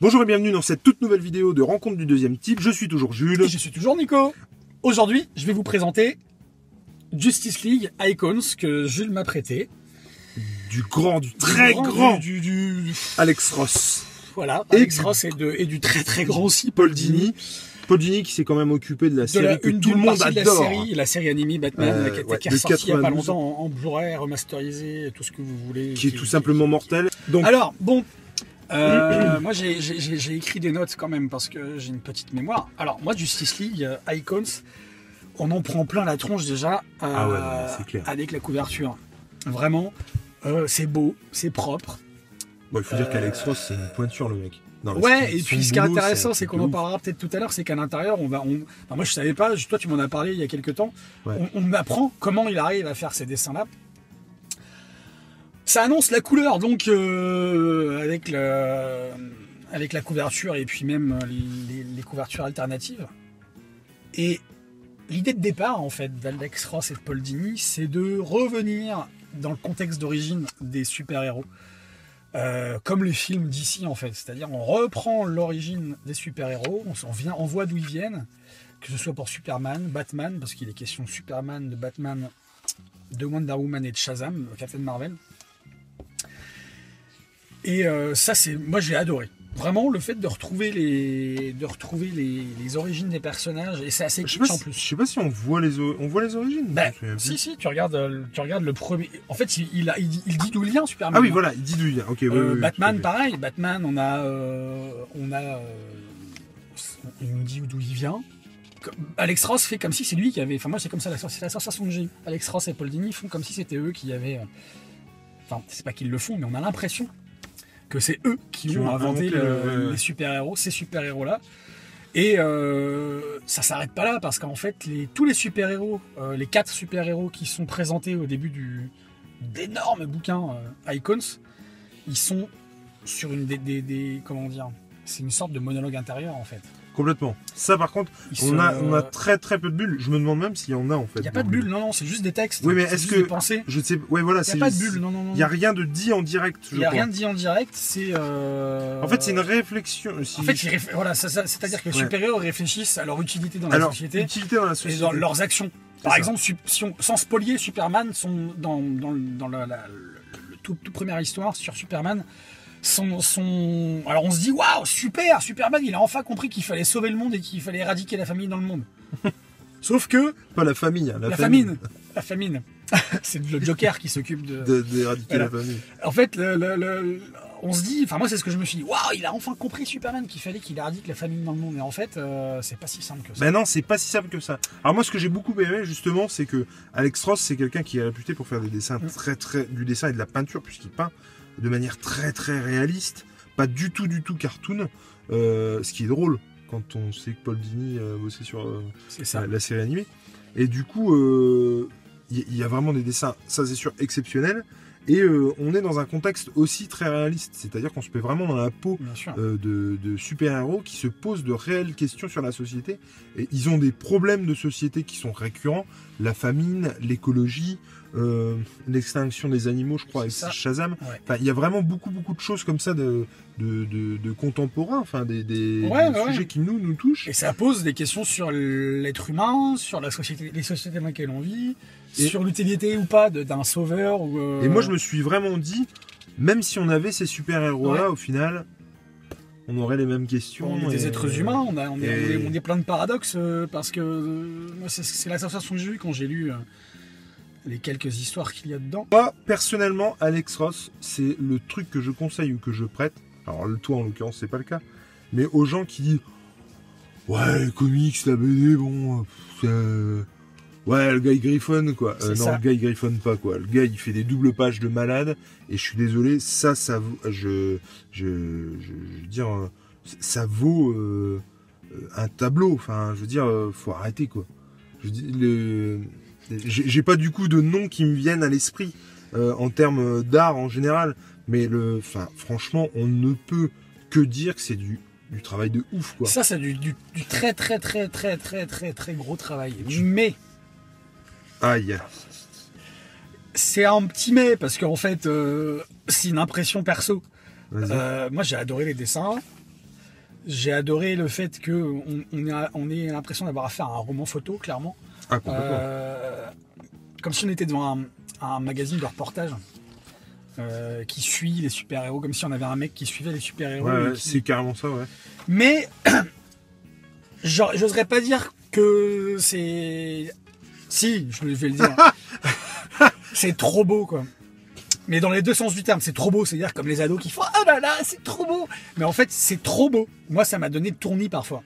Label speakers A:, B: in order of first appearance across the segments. A: Bonjour et bienvenue dans cette toute nouvelle vidéo de rencontre du deuxième type. Je suis toujours Jules.
B: Et je suis toujours Nico. Aujourd'hui, je vais vous présenter Justice League Icons que Jules m'a prêté.
A: Du grand, du très grand,
B: Du, du- du-
A: Alex Ross.
B: voilà,
A: Et
B: Alex
A: du-
B: Ross et, de- et du très très grand aussi
A: Paul Dini. Paul Dini qui s'est quand même occupé de la
B: De
A: série
B: la,
A: que
B: une
A: tout le
B: bonne
A: monde
B: partie de la
A: adore.
B: série, la série animée Batman
A: Euh,
B: qui, a-
A: ouais,
B: qui est
A: de
B: ressortie il n'y a pas
A: 92.
B: longtemps en, en Blu-ray, remasterisée, tout ce que vous voulez.
A: Qui est tout simplement mortel. Donc,
B: Alors, bon, euh, moi j'ai- j'ai j'ai- j'ai écrit des notes quand même parce que j'ai une petite mémoire. Alors, moi, Justice League, euh, Icons, on en prend plein la tronche déjà euh,
A: Ah ouais, non, mais c'est clair.
B: avec la couverture. Vraiment, euh, c'est beau, c'est propre.
A: bon, il faut dire qu'Alex Ross, c'est une pointure, le mec. Non, mais
B: Ouais,
A: son-
B: et
A: son
B: puis ce qui est
A: boulot,
B: intéressant,
A: un
B: c'est
A: truc
B: qu'on en
A: de ouf.
B: parlera peut-être tout à l'heure, c'est qu'à l'intérieur, on va. On... enfin, moi, je savais pas, je- toi, tu m'en as parlé il y a quelques temps.
A: Ouais.
B: On, on apprend comment il arrive à faire ces dessins-là. Ça annonce la couleur, donc euh, avec, le- avec la couverture et puis même les, les couvertures alternatives. Et l'idée de départ, en fait, d'Alex Ross et de Paul Dini, c'est de revenir dans le contexte d'origine des super-héros. Euh, comme les films d'ici en fait, c'est-à-dire on reprend l'origine des super-héros, on, s'en vient, on voit d'où ils viennent, que ce soit pour Superman, Batman, parce qu'il est question de Superman, de Batman, de Wonder Woman et de Shazam, le Captain Marvel. Et euh, ça, c'est moi j'ai adoré. Vraiment, le fait de retrouver les, de retrouver les, les origines des personnages, et c'est assez
A: Je sais,
B: kitsch
A: pas
B: en
A: si,
B: plus.
A: je sais pas si on voit les, o- on voit les origines.
B: Ben,
A: Je me souviens
B: si,
A: plus.
B: si, tu regardes, euh, le- tu regardes le premier. En fait, il, il a- il dit- il dit d'où il vient, Superman.
A: Ah oui,
B: hein.
A: voilà, il dit d'où il vient. Ok, oui,
B: Euh,
A: oui, oui,
B: Batman,
A: tout à
B: pareil. Batman, on a. euh, on a euh, il nous dit d'où il vient. Comme- Alex Ross fait comme si c'est lui qui avait. Enfin, moi, c'est comme ça la, sens- c'est la sensation que j'ai. eue. Alex Ross et Paul Dini font comme si c'était eux qui avaient. euh, Enfin, c'est pas qu'ils le font, mais on a l'impression que c'est eux qui, ont, inventé, le-
A: ouais.
B: les super-héros, ces super-héros-là. Et euh, ça s'arrête pas là, parce qu'en fait, les, tous les super-héros, euh, les quatre super-héros qui sont présentés au début du d'énorme bouquin euh, Icons, ils sont sur une des, des- des- comment dire c'est une sorte de monologue intérieur en fait
A: fait. Complètement. Ça, par contre,
B: Ils
A: on
B: sont,
A: a, on a
B: euh,
A: très très peu de bulles. Je me demande même s'il y en a en fait.
B: il n'y a pas de bulle non non c'est juste des textes
A: Oui, mais
B: c'est
A: est-ce
B: juste
A: que-
B: des pensées
A: Je sais. Ouais, voilà.
B: il
A: c'est-
B: n'y a pas de bulle non non non
A: Il n'y a rien de dit en direct, je
B: il y a
A: crois.
B: rien de dit en direct c'est euh,
A: En fait, c'est une réflexion. euh, Si-
B: en fait ils réf- voilà ça- ça- c'est-à-dire que les
A: Ouais.
B: super-héros réfléchissent à leur utilité dans la
A: Alors,
B: société
A: utilité dans la
B: et
A: société.
B: dans leurs actions
A: C'est
B: par
A: ça.
B: exemple su- si on- sans spolier Superman son dans dans, le- dans la, la- le- le tout, tout première histoire sur Superman son, son... Alors on se dit, waouh, super, Superman, il a enfin compris qu'il fallait sauver le monde et qu'il fallait éradiquer la famille dans le monde. Sauf que
A: Pas la famille. hein, La,
B: la, famine, la famine, c'est le Joker qui s'occupe de...
A: De- D'éradiquer
B: Voilà.
A: la famille.
B: En fait, le- le- le- on se dit, enfin moi c'est ce que je me suis dit, waouh, il a enfin compris Superman qu'il fallait qu'il éradique la famine dans le monde. Et en fait, euh, c'est pas si simple que ça.
A: Ben non, c'est pas si simple que ça. Alors moi, ce que j'ai beaucoup aimé justement, c'est que Alex Ross, c'est quelqu'un qui est réputé pour faire des dessins
B: Mm.
A: très très du dessin et de la peinture puisqu'il peint de manière très très réaliste, pas du tout du tout cartoon, euh, ce qui est drôle quand on sait que Paul Dini euh, bossait sur euh,
B: c'est ça.
A: la, la série animée. Et du coup, euh, il y, il y a vraiment des dessins, ça c'est sûr, exceptionnels. Et euh, on est dans un contexte aussi très réaliste, c'est-à-dire qu'on se met vraiment dans la peau
B: Bien sûr.
A: euh, de, de super-héros qui se posent de réelles questions sur la société. Et ils ont des problèmes de société qui sont récurrents la famine, l'écologie, euh, l'extinction des animaux, je crois, avec
B: C'est ça.
A: Shazam.
B: Ouais.
A: Enfin, il y a vraiment beaucoup, beaucoup de choses comme ça de, de, de- de contemporains, enfin, des, des-
B: Ouais,
A: des
B: ouais,
A: sujets
B: ouais.
A: qui nous, nous touchent.
B: Et ça pose des questions sur l'être humain, sur la société, les sociétés dans lesquelles on vit,
A: Et-
B: sur l'utilité ou pas de- d'un sauveur. Ou, euh,
A: Et moi, je me suis vraiment dit, même si on avait ces super-héros-là, au final, on aurait les mêmes questions.
B: On est des
A: et-
B: êtres humains, on, a- on est,
A: et-
B: on est- on est plein de paradoxes, euh, parce que euh, moi, c'est- c'est la sensation que j'ai eue quand j'ai lu euh, les quelques histoires qu'il y a dedans.
A: Moi, personnellement, Alex Ross, c'est le truc que je conseille ou que je prête. Alors, le toi, en l'occurrence, c'est pas le cas. Mais aux gens qui disent Ouais, les comics, la BD, bon. euh, pff, euh, ouais, le gars, il griffonne, quoi. Euh,
B: C'est
A: non,
B: ça.
A: le gars, il griffonne pas, quoi. Le gars, il fait des doubles pages de malade. Et je suis désolé, ça, ça vaut. Je. Je. Je, je veux dire. euh, Ça vaut. euh, euh, un tableau. Enfin, je veux dire, euh, faut arrêter, quoi. Je dis, le. J'ai j'ai pas du coup de noms qui me viennent à l'esprit euh, en termes d'art en général, mais le, enfin, franchement, on ne peut que dire que c'est du, du travail de ouf quoi.
B: Ça, c'est du, du- du très, très, très, très, très, très, très gros travail.
A: Tu-
B: Mais
A: Aïe.
B: c'est un petit mais, parce qu'en fait, euh, c'est une impression perso.
A: Vas-y.
B: Euh, moi, j'ai adoré les dessins. J'ai adoré le fait que on, on a, on ait l'impression d'avoir affaire à un roman photo, clairement.
A: Ah, complètement.
B: Euh, comme si on était devant un, un magazine de reportage euh, qui suit les super-héros, comme si on avait un mec qui suivait les super-héros.
A: Ouais,
B: et
A: ouais,
B: qui-
A: c'est carrément ça, ouais.
B: Mais genre, j'oserais pas dire que c'est. Si, je vais le dire. c'est trop beau, quoi. Mais dans les deux sens du terme, c'est trop beau. C'est-à-dire comme les ados qui font Ah là là, c'est trop beau. Mais en fait, c'est trop beau. Moi, ça m'a donné le tournis parfois.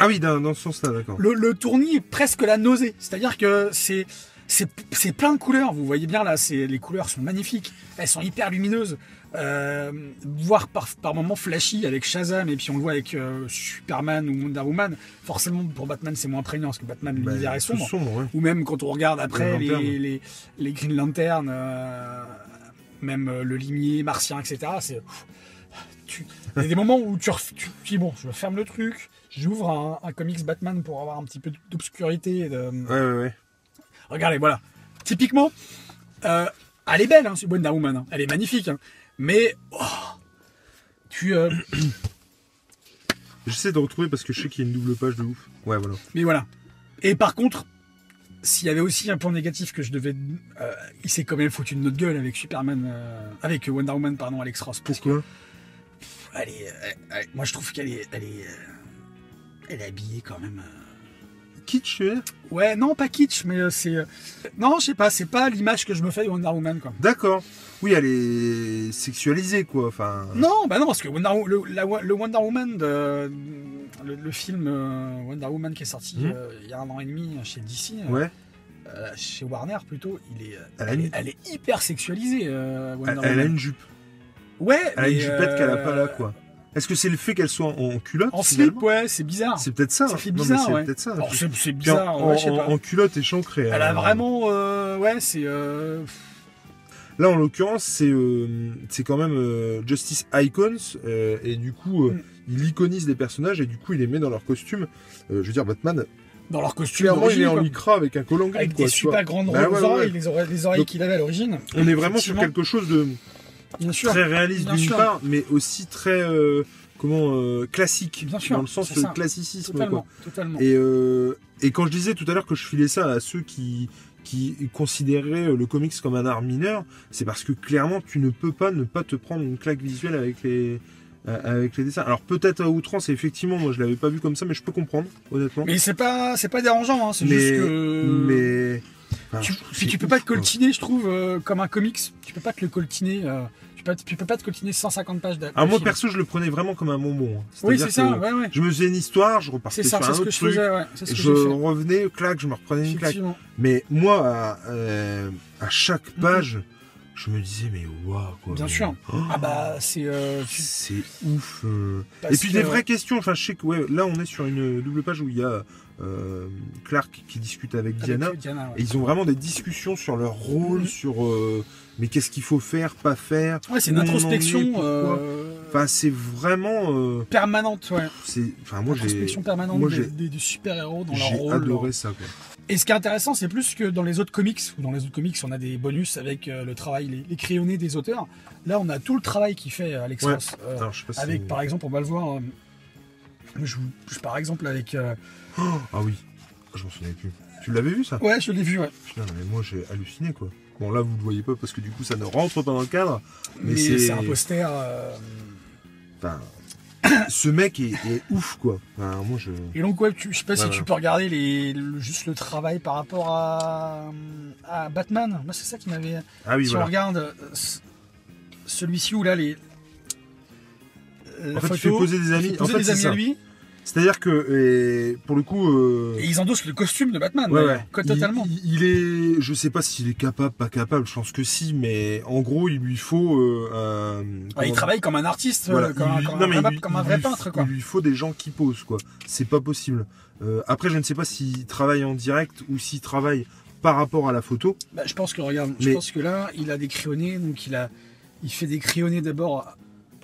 A: Ah oui, dans, dans ce sens-là, d'accord.
B: Le, le tournis est presque la nausée. C'est-à-dire que c'est. C'est c'est plein de couleurs, vous voyez bien là, c'est- les couleurs sont magnifiques, elles sont hyper lumineuses, euh, voire par, par moments flashy avec Shazam et puis on le voit avec euh, Superman ou Wonder Woman. Forcément pour Batman c'est moins prégnant parce que Batman
A: Bah,
B: l'univers est
A: tout
B: sombre.
A: sombre, ouais.
B: Ou même quand on regarde après
A: Les
B: les,
A: lanternes.
B: les, les Green Lantern, euh, même euh, le limier martien, etc. C'est pff, tu- il y a des moments où tu, ref- tu tu dis bon, je ferme le truc, j'ouvre un, un comics Batman pour avoir un petit peu d'obscurité. et de-
A: Ouais, ouais, ouais.
B: Regardez, voilà. Typiquement, euh, elle est belle, hein, ce Wonder Woman. hein. Elle est magnifique. hein. Mais oh, tu, euh,
A: J'essaie de retrouver parce que je sais qu'il y a une double page de ouf. Ouais, voilà.
B: Mais voilà. Et par contre, s'il y avait aussi un point négatif que je devais. euh, il s'est quand même foutu de notre gueule avec Superman. euh, avec Wonder Woman, pardon, Alex Ross. Parce que,
A: Pourquoi
B: pff, elle est, elle- elle- moi, je trouve qu'elle est. Elle est, euh, elle est habillée quand même. euh.
A: Kitsch, ouais.
B: Ouais, non, pas kitsch, mais euh, c'est. euh, non, je sais pas, c'est pas l'image que je me fais de Wonder Woman, quoi.
A: D'accord. Oui, elle est sexualisée, quoi. Enfin.
B: Non, bah non, parce que Wonder, le, la- le Wonder Woman, de- le, le film euh, Wonder Woman qui est sorti
A: Mhm.
B: euh, il y a un an et demi chez DC, euh,
A: Ouais.
B: euh, chez Warner plutôt, il est, euh,
A: Elle a
B: elle,
A: une-
B: est, elle est hyper sexualisée, euh, Wonder
A: Elle, elle
B: Woman.
A: a une jupe.
B: Ouais,
A: Elle a une
B: mais,
A: jupette qu'elle a
B: euh,
A: pas là, quoi. Est-ce que c'est le fait qu'elle soit en, en culotte
B: En
A: finalement
B: slip, ouais, c'est bizarre.
A: C'est peut-être ça.
B: Ça
A: hein.
B: fait
A: Non, mais
B: bizarre,
A: c'est
B: ouais.
A: peut-être ça.
B: Alors, C'est
A: Puis
B: c'est
A: en-
B: bizarre,
A: en,
B: ouais, je sais pas.
A: en- en culotte échancrée.
B: Elle a
A: hein.
B: vraiment, euh, ouais, c'est. euh,
A: Là, en l'occurrence, c'est euh, c'est quand même euh, Justice Icons, euh, et du coup, euh,
B: Mm.
A: il iconise les personnages, et du coup, il les met dans leur costume. Euh, je veux dire, Batman,
B: dans leur costume
A: clairement, il
B: d'origine,
A: est en
B: quoi.
A: lycra avec un collant gris,
B: avec
A: quoi,
B: des
A: tu
B: super
A: vois.
B: grandes
A: Bah ouais,
B: rondes
A: ouais,
B: oreilles,
A: ouais.
B: les oreilles, les oreilles
A: Donc,
B: qu'il avait à l'origine.
A: On est vraiment sur
B: Effectivement,
A: quelque chose de
B: bien sûr.
A: très réaliste
B: Bien
A: d'une
B: sûr.
A: part, mais aussi très euh, comment euh, classique,
B: Bien sûr,
A: dans le sens
B: c'est
A: de
B: ça.
A: classicisme. quoi.
B: Totalement, totalement.
A: Et, euh, et quand je disais tout à l'heure que je filais ça à ceux qui, qui considéraient euh, le comics comme un art mineur, c'est parce que clairement tu ne peux pas ne pas te prendre une claque visuelle avec les, euh, avec les dessins. Alors peut-être à outrance, et effectivement, moi je l'avais pas vu comme ça, mais je peux comprendre, honnêtement.
B: Mais c'est pas, c'est pas dérangeant, hein, c'est
A: Mais-
B: juste que.
A: Mais. enfin,
B: euh, Tu,
A: je trouve que
B: puis
A: c'est
B: tu peux
A: ouf,
B: pas te
A: quoi.
B: coltiner, je trouve, euh, comme un comics. Tu peux pas te le coltiner. euh, tu, peux, tu peux pas te coltiner 150 pages d'un.
A: Alors Ah, moi
B: film.
A: perso, je le prenais vraiment comme un bonbon. hein.
B: Oui,
A: C'est-à-dire
B: c'est ça,
A: que
B: ouais, ouais.
A: Je me faisais une histoire, je repartais
B: C'est ça,
A: sur
B: c'est
A: un
B: ce
A: autre
B: que je
A: truc.
B: faisais, ouais. C'est ce que
A: je
B: j'ai fait.
A: revenais, claque, je me reprenais une claque.
B: Effectivement.
A: Mais moi, à, euh, à chaque page, je me disais, mais waouh, quoi.
B: Mhm. Bien
A: mais-
B: sûr.
A: Oh,
B: Ah bah, c'est. euh, tu-
A: C'est ouf. euh.
B: parce
A: Et puis
B: que-
A: des vraies questions. Enfin, je sais que ouais, là, on est sur une double page où il y a euh, Clark qui discute avec
B: euh, avec
A: Diana.
B: Diana, ouais.
A: Et ils ont vraiment des discussions sur leur rôle,
B: Mhm.
A: sur euh, mais qu'est-ce qu'il faut faire, pas faire.
B: Ouais, c'est une
A: où on en est,
B: introspection
A: pourquoi.
B: euh,
A: Enfin, c'est vraiment. euh,
B: permanente, ouais.
A: c'est. Enfin, moi, j'ai.
B: Introspection permanente
A: moi,
B: des-
A: j'ai-
B: des- des super-héros dans leur
A: J'ai
B: rôle. leur-
A: adoré ça. Quoi.
B: Et ce qui est intéressant, c'est plus que dans les autres comics, ou dans les autres comics, on a des bonus avec euh, le travail, les, les crayonnés des auteurs. Là, on a tout le travail qui fait euh, Alex
A: Ouais.
B: Ross. euh,
A: Alors, je sais pas si-
B: avec, par exemple, on va le voir. euh, je, je- par exemple, avec. euh,
A: Ah oui, je m'en souviens plus. Tu l'avais vu ça
B: ouais, je l'ai vu, ouais.
A: Putain, mais moi j'ai halluciné quoi. Bon là vous le voyez pas parce que du coup ça ne rentre pas dans le cadre. Mais
B: Mais,
A: c'est-
B: c'est un poster. euh,
A: Enfin, ce mec est, est ouf quoi. Enfin, moi je.
B: Et donc, ouais, tu, je sais pas si
A: Ouais,
B: tu
A: ouais.
B: peux regarder les, le- juste le travail par rapport à, à Batman. Moi, c'est ça qui m'avait.
A: Ah oui
B: si on
A: voilà.
B: regarde euh, ce- celui-ci ou là, les. la
A: En fait, tu fais
B: photo,
A: poser des amis.
B: il fait
A: En fait,
B: poser des
A: c'est
B: amis
A: ça.
B: à lui.
A: C'est-à-dire que et pour le coup. euh,
B: Et ils endossent le costume de Batman.
A: ouais,
B: d'ailleurs.
A: ouais.
B: Co-
A: Il-
B: Totalement.
A: Il, il est, je sais pas s'il est capable, pas capable. Je pense que si, mais en gros il lui faut. euh, un-
B: Ouais, Ah, il
A: comment-
B: travaille comme un artiste, euh,
A: Voilà,
B: comme,
A: il
B: un-
A: lui-
B: comme
A: non,
B: un,
A: mais
B: vrai-
A: il lui-
B: comme un
A: il
B: vrai
A: lui-
B: peintre, quoi.
A: Il lui faut des gens qui posent, quoi. C'est pas possible. Euh, après, je ne sais pas s'il travaille en direct ou s'il travaille par rapport à la photo.
B: Bah, je pense que regarde, je
A: Mais-
B: pense que là, il a des crayonnés, donc il a, il fait des crayonnés d'abord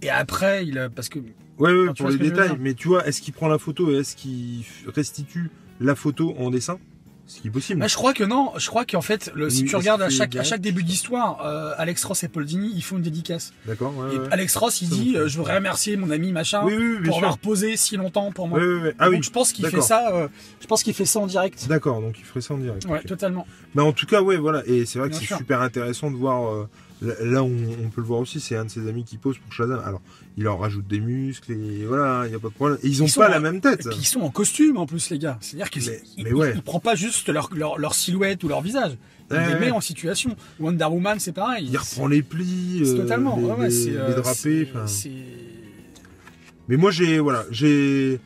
B: et après, il a, parce que
A: Ouais, ouais,
B: Ah, tu
A: pour
B: vois
A: les
B: ce que je veux
A: détails.
B: dire
A: Mais tu vois, est-ce qu'il prend la photo et est-ce qu'il restitue la photo en dessin Ce qui est possible.
B: Bah, je crois que non, je crois qu'en fait, le, si
A: Oui,
B: tu
A: est-ce
B: regardes à
A: qu'il fait
B: chaque, à
A: direct
B: chaque début d'histoire, euh, Alex Ross et Paul Dini, ils font une dédicace.
A: D'accord ouais,
B: Et
A: ouais.
B: Alex Ross, il
A: Ça,
B: dit
A: non.
B: euh, Je veux remercier mon ami machin
A: Oui, oui, oui, bien
B: pour
A: sûr.
B: avoir posé si longtemps pour moi.
A: Ouais, ouais, ouais. Ah
B: Donc
A: oui,
B: je pense qu'il fait
A: d'accord.
B: ça. euh, je pense qu'il fait ça en direct.
A: d'accord, donc il ferait ça en direct.
B: Ouais,
A: ok.
B: totalement.
A: Bah, en tout cas, ouais, voilà. Et c'est vrai que
B: Bien
A: c'est
B: sûr.
A: super intéressant de voir. euh, là- là, on, on peut le voir aussi, c'est un de ses amis qui pose pour Shazam. Alors, il leur rajoute des muscles, et voilà, il n'y a pas de problème. Et ils ont
B: sont
A: pas
B: en-
A: la même tête.
B: Et puis ils sont en costume en plus les gars. C'est-à-dire qu'ils
A: Mais-
B: ils-
A: mais ouais.
B: ils- ils prend pas juste leur, leur, leur silhouette ou leur visage. Il
A: Ouais,
B: les
A: ouais.
B: met en situation. Wonder Woman c'est pareil.
A: Il reprend les plis,
B: C'est
A: euh,
B: totalement.
A: les,
B: ouais, ouais,
A: les-
B: c'est,
A: les
B: euh,
A: drapés.
B: c'est-
A: enfin.
B: c'est-
A: Mais moi, j'ai, voilà, j'ai,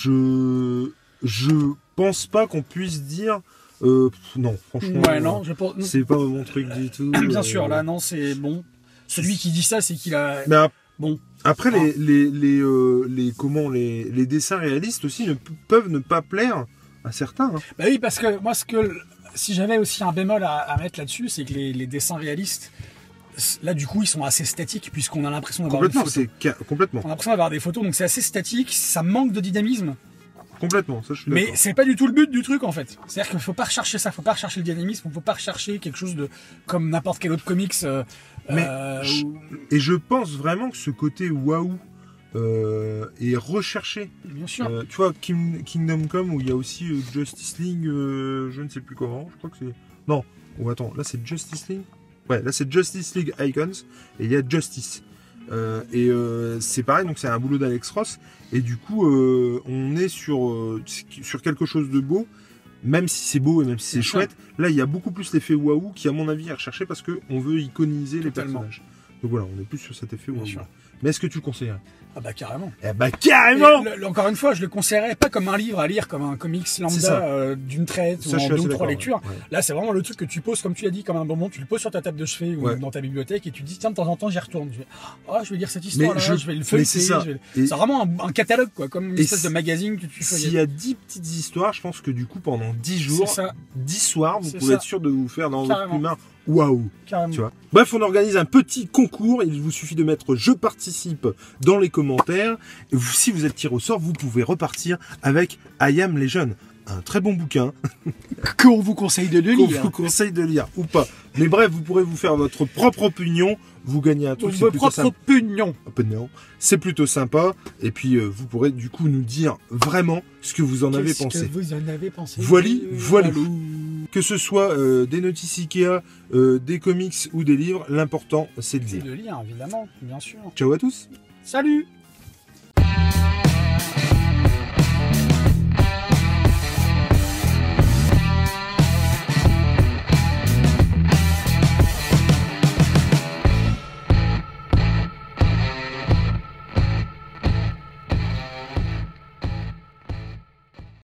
A: je, je pense pas qu'on puisse dire, euh, pff, non, franchement,
B: Ouais, non, je pense.
A: c'est pas mon truc du tout.
B: Ah, Bien
A: euh,
B: sûr, là, non, c'est bon. Celui qui dit ça, c'est qu'il a.
A: Mais ap-
B: Bon. Ah.
A: Après, les, les, les, euh, les- comment, les, les dessins réalistes aussi ne p- peuvent ne pas plaire à certains. hein.
B: Bah oui, parce que moi, ce que si j'avais aussi un bémol à, à mettre là-dessus, c'est que les, les dessins réalistes, là, du coup, ils sont assez statiques puisqu'on a l'impression d'avoir une
A: Complètement,
B: photo.
A: c'est ca- complètement,
B: On a l'impression d'avoir des photos, donc c'est assez statique. Ça manque de dynamisme,
A: complètement. Ça, je suis
B: mais
A: d'accord.
B: c'est pas du tout le but du truc en fait. C'est-à-dire qu'il faut pas rechercher ça, faut pas rechercher le dynamisme, faut pas rechercher quelque chose de comme n'importe quel autre comics. euh,
A: Mais
B: euh,
A: je-
B: ou-
A: Et je pense vraiment que ce côté waouh euh, est recherché.
B: bien sûr.
A: Euh, tu vois, Kim- Kingdom Come, où il y a aussi euh, Justice League, euh, je ne sais plus comment, je crois que c'est. Non, oh, attends, là c'est Justice League Ouais, là c'est Justice League Icons, et il y a Justice. Euh, et euh, c'est pareil, donc c'est un boulot d'Alex Ross, et du coup, euh, on est sur, euh, sur quelque chose de beau, même si c'est beau et même si c'est
B: Bien sûr.
A: chouette. Là, il y a beaucoup plus l'effet waouh qui, à mon avis, est recherché parce qu'on veut iconiser les
B: Totalement.
A: personnages. Donc voilà, on est plus sur cet effet
B: Bien
A: waouh.
B: sûr.
A: Mais est-ce que tu conseillerais
B: Ah bah carrément.
A: Eh bah
B: Et
A: carrément
B: le- le- encore une fois, je le conseillerais pas comme un livre à lire, comme un comics
A: C'est ça.
B: lambda euh, d'une traite
A: Ça,
B: ou
A: je
B: en
A: suis
B: deux
A: assez
B: ou trois
A: d'accord, ouais.
B: lectures.
A: Ouais.
B: Là, c'est vraiment le truc que tu poses, comme tu l'as dit, comme un bonbon, tu le poses sur ta table de chevet ou
A: Ouais.
B: dans ta bibliothèque et tu te dis, tiens, de temps en temps, j'y retourne. Je vais, oh, je vais lire cette
A: Mais
B: histoire, là,
A: je-
B: je... vais le
A: mais
B: feuilleter.
A: c'est ça.
B: je vais-
A: Et-
B: C'est vraiment un, un catalogue, quoi, comme une
A: Et
B: espèce
A: si-
B: de magazine que tu
A: S'il
B: feuillettes.
A: y a 10 petites histoires, je pense que du coup, pendant 10
B: C'est
A: jours,
B: ça,
A: 10 soirs, vous
B: C'est
A: pouvez
B: ça.
A: être sûr de vous faire dans votre
B: Carrément.
A: humain waouh.
B: carrément.
A: Tu vois. Bref, on organise un petit concours. Il vous suffit de mettre je participe dans les commentaires. Et vous- si vous êtes tiré au sort, vous pouvez repartir avec I Am les jeunes. Un très bon bouquin
B: Qu'on vous conseille de le
A: qu'on
B: lire.
A: vous conseille de lire ou pas. Mais bref, vous pourrez vous faire votre propre opinion. Vous gagnez un truc. c'est
B: Votre
A: plutôt
B: propre
A: sympa.
B: opinion.
A: Un peu de néant. C'est plutôt sympa. Et puis, euh, vous pourrez du coup nous dire vraiment ce que vous en avez
B: Qu'est-ce
A: pensé.
B: que vous en avez pensé
A: Voili, voilou.
B: Voilou.
A: Que ce soit euh, des notices Ikea, euh, des comics ou des livres, l'important c'est de
B: C'est
A: dire.
B: de lire, évidemment, bien sûr.
A: Ciao à tous
B: Salut